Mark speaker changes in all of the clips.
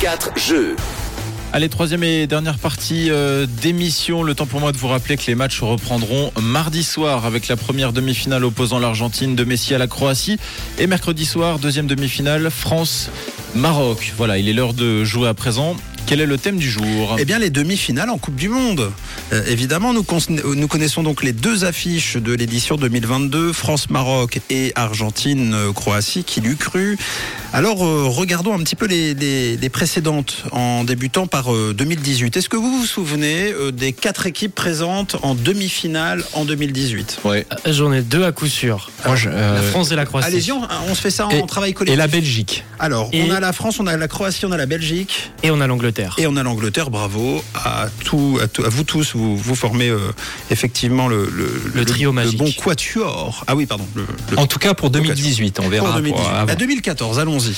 Speaker 1: 4 jeux.
Speaker 2: Allez, troisième et dernière partie euh, d'émission. Le temps pour moi de vous rappeler que les matchs reprendront mardi soir avec la première demi-finale opposant l'Argentine de Messi à la Croatie et mercredi soir, deuxième demi-finale France-Maroc. Voilà, il est l'heure de jouer à présent. Quel est le thème du jour
Speaker 3: Eh bien, les demi-finales en Coupe du Monde. Euh, évidemment, nous, con- nous connaissons donc les deux affiches de l'édition 2022, France-Maroc et Argentine-Croatie, qui l'eût cru. Alors, euh, regardons un petit peu les, les- les précédentes, en débutant par euh, 2018. Est-ce que vous vous souvenez euh, des quatre équipes présentes en demi-finale en 2018
Speaker 2: Ouais.
Speaker 4: J'en ai deux à coup sûr.
Speaker 5: Moi, je- euh,
Speaker 4: la France et la Croatie.
Speaker 3: Allez-y, on, on se fait ça en
Speaker 5: Et-
Speaker 3: travail
Speaker 5: et
Speaker 3: collectif.
Speaker 5: la Belgique.
Speaker 3: Alors,
Speaker 4: et-
Speaker 3: on a la France, on a la Croatie, on a la Belgique.
Speaker 4: Et on a l'Angleterre.
Speaker 3: Et on a l'Angleterre, bravo à, tout, à, tout- à vous tous, vous, vous formez euh, effectivement le,
Speaker 4: Le trio magique.
Speaker 3: bon quatuor. Ah oui, pardon. Le, le-
Speaker 5: En tout cas pour 2018, on
Speaker 3: pour
Speaker 5: verra.
Speaker 3: 2018.
Speaker 5: pour- avant.
Speaker 3: À 2014, allons-y.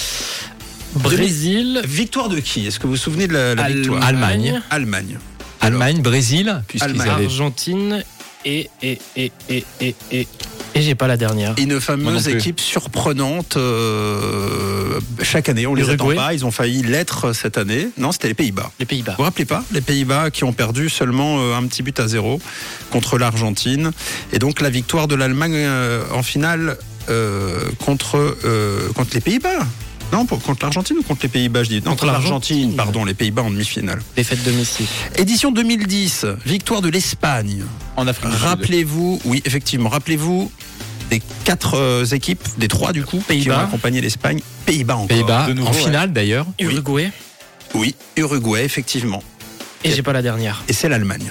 Speaker 4: Brésil,
Speaker 3: Victoire de qui Est-ce que vous vous souvenez de la, la victoire
Speaker 5: Allemagne.
Speaker 3: Allemagne.
Speaker 5: Allemagne, Brésil, puisqu'ils
Speaker 3: Allemagne.
Speaker 5: avaient
Speaker 4: Argentine et et et et et et et j'ai pas la dernière.
Speaker 3: Une
Speaker 5: Moi non
Speaker 3: fameuse
Speaker 5: plus.
Speaker 3: équipe surprenante. euh, chaque année, on les
Speaker 4: L'Uruguay.
Speaker 3: attend pas. Ils ont failli l'être euh, cette année. Non, c'était les Pays-Bas.
Speaker 4: Les Pays-Bas.
Speaker 3: Vous vous rappelez pas les Pays-Bas qui ont perdu seulement euh, un petit but à zéro contre l'Argentine et donc la victoire de l'Allemagne euh, en finale euh, contre euh, contre les Pays-Bas. Non, pour- contre l'Argentine ou contre les Pays-Bas, je dis. Non,
Speaker 4: Contre l'Argentine.
Speaker 3: pardon, les Pays-Bas en demi-finale.
Speaker 4: Défaite de Messi.
Speaker 3: Édition 2010, victoire de l'Espagne.
Speaker 4: Ah,
Speaker 2: En Afrique. du Sud.
Speaker 3: Rappelez-vous, oui, effectivement, rappelez-vous des quatre euh, équipes, des trois du coup, qui ont
Speaker 4: Pays-Bas.
Speaker 3: accompagné l'Espagne. Pays-Bas encore.
Speaker 5: Pays-Bas
Speaker 2: de nouveau,
Speaker 5: en
Speaker 2: ouais.
Speaker 5: finale d'ailleurs.
Speaker 4: Uruguay.
Speaker 3: Oui, Uruguay, effectivement.
Speaker 4: Et j'ai pas la dernière.
Speaker 3: Et c'est l'Allemagne.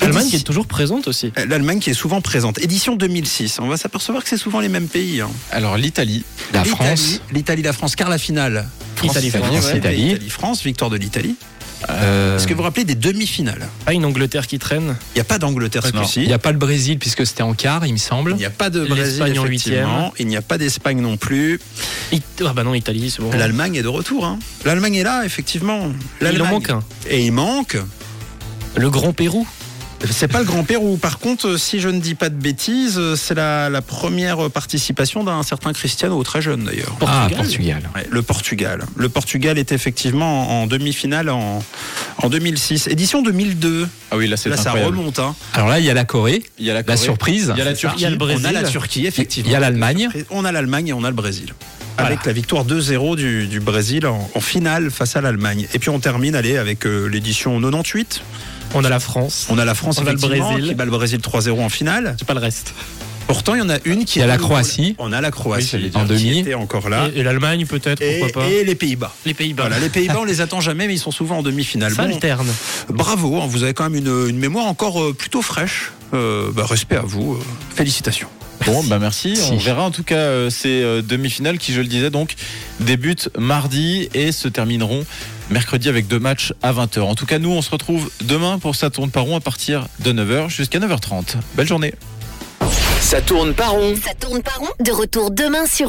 Speaker 4: L'Allemagne
Speaker 3: Édition-
Speaker 4: qui est toujours présente aussi.
Speaker 3: Euh, L'Allemagne qui est souvent présente. Édition 2006. On va s'apercevoir que c'est souvent les mêmes pays. hein.
Speaker 2: Alors l'Italie.
Speaker 5: La
Speaker 3: L'Italie-
Speaker 5: France,
Speaker 3: L'Italie, la France, car la finale.
Speaker 4: Italie,
Speaker 5: Italie,
Speaker 4: France.
Speaker 5: France, Italie.
Speaker 3: France, victoire de l'Italie.
Speaker 5: euh,
Speaker 3: Est-ce que vous vous rappelez des demi-finales
Speaker 4: Pas une Angleterre qui traîne.
Speaker 3: Il n'y a pas d'Angleterre ce
Speaker 2: D'accord.
Speaker 3: coup-ci.
Speaker 5: il n'y a pas le Brésil puisque c'était en quart, il me semble.
Speaker 3: Il n'y a pas de Brésil,
Speaker 4: L'Espagne en
Speaker 3: effectivement.
Speaker 4: huitième.
Speaker 3: Il n'y a pas d'Espagne non plus.
Speaker 4: It- Ah bah non, Italie, c'est bon.
Speaker 3: L'Allemagne est de retour. hein. L'Allemagne est là, effectivement.
Speaker 4: Il en
Speaker 3: L'Allemagne.
Speaker 4: manque un.
Speaker 3: Et il manque.
Speaker 4: Le Grand Pérou.
Speaker 3: C'est pas le Grand Pérou. Par contre, euh, si je ne dis pas de bêtises, euh, c'est la, la première participation d'un certain Cristiano, très jeune d'ailleurs.
Speaker 5: Ah, Portugal.
Speaker 3: Ouais, le Portugal. Le Portugal est effectivement en, en demi-finale en, en 2006. Édition 2002.
Speaker 2: Ah oui, là c'est
Speaker 3: Là, ça
Speaker 2: incroyable.
Speaker 3: remonte. hein.
Speaker 5: Alors là, il y a la Corée,
Speaker 2: Il y a la,
Speaker 5: la
Speaker 2: Corée.
Speaker 5: surprise.
Speaker 2: Il y a la
Speaker 4: Il y
Speaker 2: Turquie.
Speaker 4: a le Brésil.
Speaker 3: On a la Turquie,
Speaker 5: Il
Speaker 3: effectivement.
Speaker 5: y a l'Allemagne.
Speaker 3: On a l'Allemagne et on a le Brésil. Avec la victoire 2-0 du, du Brésil en, en finale face à l'Allemagne. Et puis on termine allez, avec euh, l'édition 98.
Speaker 4: On a la France.
Speaker 3: On a la France
Speaker 4: On a le
Speaker 3: effectivement,
Speaker 4: Brésil.
Speaker 3: qui bat le Brésil 3-0 en finale.
Speaker 4: J'ai pas le reste.
Speaker 3: Pourtant, il y en a une
Speaker 5: Il
Speaker 3: qui
Speaker 5: y a
Speaker 3: est-
Speaker 5: la Croatie.
Speaker 3: On a la Croatie
Speaker 5: Oui, en
Speaker 3: qui
Speaker 5: demi.
Speaker 3: était encore là.
Speaker 5: Ah.
Speaker 4: Et, et l'Allemagne peut-être,
Speaker 3: Et,
Speaker 4: pourquoi pas.
Speaker 3: et les Pays-Bas.
Speaker 4: Les Pays-Bas.
Speaker 3: Voilà, les Pays-Bas, on les attend jamais, mais ils sont souvent en demi-finale.
Speaker 4: Ça
Speaker 3: Bon,
Speaker 4: alterne.
Speaker 3: Bravo, hein, vous avez quand même une, une mémoire encore euh, plutôt fraîche. Euh, bah, respect à vous, euh, félicitations.
Speaker 2: Bon, bah merci. On
Speaker 5: Si.
Speaker 2: verra en tout cas euh, ces euh, demi-finales qui, je le disais, donc débutent mardi et se termineront mercredi avec deux matchs à 20h. En tout cas, nous, on se retrouve demain pour sa tourne par rond à partir de 9h jusqu'à 9h30. Belle journée.
Speaker 1: Ça tourne pas rond.
Speaker 6: Ça tourne pas rond De retour demain sur